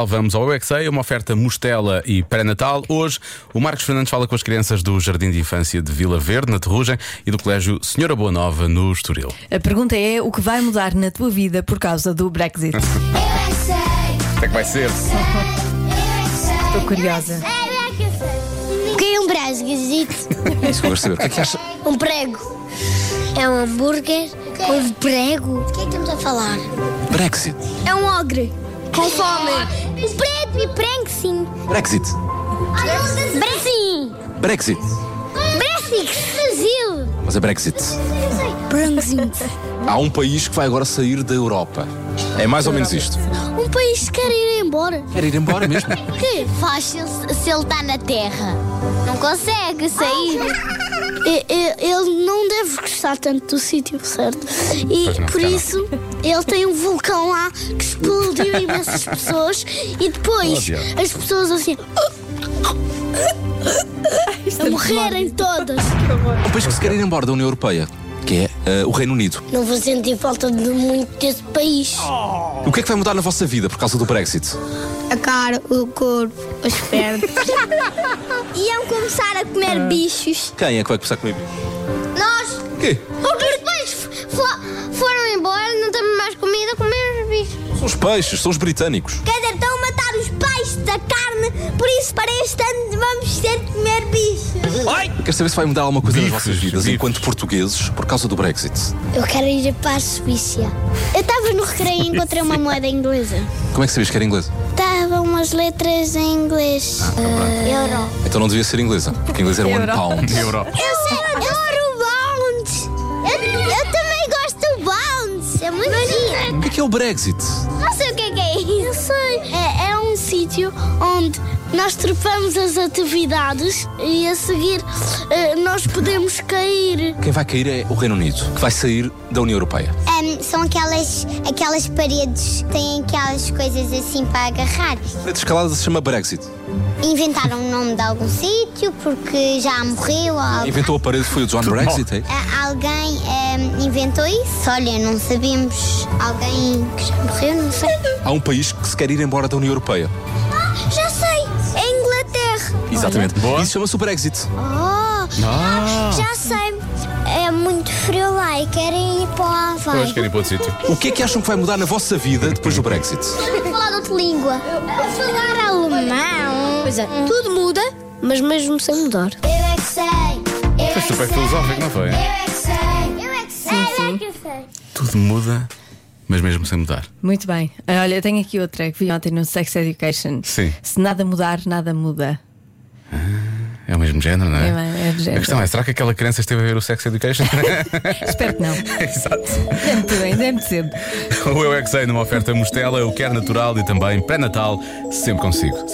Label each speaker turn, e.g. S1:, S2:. S1: Vamos ao UXA, uma oferta mostela e pré-natal. Hoje, o Marcos Fernandes fala com as crianças do Jardim de Infância de Vila Verde, na Terrugem, e do Colégio Senhora Boa Nova, no Estoril.
S2: A pergunta é o que vai mudar na tua vida por causa do Brexit?
S3: Eu é que sei, eu é que sei, eu é que sei, eu é que sei, eu é que sei, eu é que sei, eu é que sei, eu é que sei, eu é que sei, eu é que sei, eu é que sei, eu é que sei, eu é que sei, eu é que sei,
S1: É que vai ser.
S2: Estou curiosa.
S3: O que é um brasguezito?
S4: Isso que eu gosto de saber. O que é que acha?
S3: Um prego. É um hambúrguer com um prego. O que é que estamos a falar?
S4: Brexit.
S3: É um ogre. Com fome. Um prego e prego sim.
S4: é Brexit.
S3: Brasil.
S4: Brexit.
S3: Brasil. Brasil.
S4: Mas é Brexit.
S3: Brexit.
S4: Há um país que vai agora sair da Europa. É mais ou menos isto.
S3: Um país que quer ir embora.
S4: Quer ir embora mesmo?
S3: O que faz se ele, está na Terra? Não consegue sair. Ele não deve gostar tanto do sítio, certo? E
S1: Pois não,
S3: por
S1: já não.
S3: isso ele tem um vulcão lá que explodiu imensas pessoas e
S1: Oh,
S3: depois
S1: diabo.
S3: as pessoas assim. a morrerem todas.
S4: Um país que se quer ir embora da União Europeia, que é eh, o Reino Unido.
S3: Não vou sentir falta de muito desse país.
S4: O que é que vai mudar na vossa vida por causa do Brexit?
S3: Oh. A cara, o corpo, as pernas. Iam começar a comer
S1: Ah.
S3: bichos.
S4: Quem é que vai começar comigo?
S3: Nós
S4: Quê?
S3: Porque os peixes fo- foram embora, não temos mais comida a comer os bichos.
S4: São os peixes, são os britânicos.
S3: Quer dizer, estão a matar os peixes da carne, por isso para este ano vamos ter de comer bichos.
S4: Quero saber se vai mudar alguma coisa nas
S1: Bifes,
S4: vossas vidas
S1: bifes.
S4: enquanto portugueses por causa do Brexit.
S3: Eu quero ir para a Suíça. Eu estava no recreio e encontrei uma moeda inglesa.
S4: Como é que sabias que era inglesa?
S3: Estavam umas letras em inglês. Eh, Euro.
S4: Então não devia ser inglesa, porque inglês era one
S2: Euro.
S4: pound.
S1: Euro.
S3: Eu sei, adoro bounce. Eu, também gosto do bounce. É muito bonito.
S4: O que é que é o Brexit?
S3: Não sei o que é que é isso. Eu sei. É, é um sítio onde nós trepamos as atividades e a seguir eh, nós podemos cair.
S4: Quem vai cair é o Reino Unido, que vai sair da União Europeia.
S3: são aquelas, aquelas paredes que têm aquelas coisas assim para agarrar.
S4: A parede escalada se chama Brexit.
S3: Inventaram o nome de algum sítio porque já morreu Ah,
S4: Quem Inventou a parede foi o John Brexit, é?
S3: Alguém inventou isso? Olha, não sabemos. Alguém que já morreu, não sei.
S4: Há um país que se quer ir embora da União Europeia.
S3: Ah, Já sei! É a Inglaterra!
S4: Exatamente.
S1: Boa.
S4: Isso chama-se o Brexit.
S3: Oh!
S1: Ah.
S3: Já sei! É muito frio lá e querem ir para o
S1: Hoje
S3: Havaí.
S1: quero ir para outro sítio.
S4: O que é que acham que vai mudar na vossa vida depois do Brexit?
S3: falar outra língua. falar alemão. Pois é, tudo muda, mas mesmo sem mudar. Eu é que sei! Eu
S1: Foi super filosófico, não foi?
S3: é que sei! Eu é que sei! Eu é que sei!
S1: Tudo muda, mas mesmo sem mudar.
S2: Muito bem. Ah, Olha, tenho aqui outra que vi ontem no Sex Education.
S1: Sim.
S2: Se nada mudar, nada muda.
S1: É o mesmo género, não é?
S2: É, é do género.
S1: A questão é, será que aquela criança esteve a ver o Sex Education?
S2: Espero que não.
S1: Exato. é
S2: Deve muito bem, deve muito cedo.
S1: O Eu é que sei, numa oferta mostela, o quer natural e também pré-natal, sempre consigo.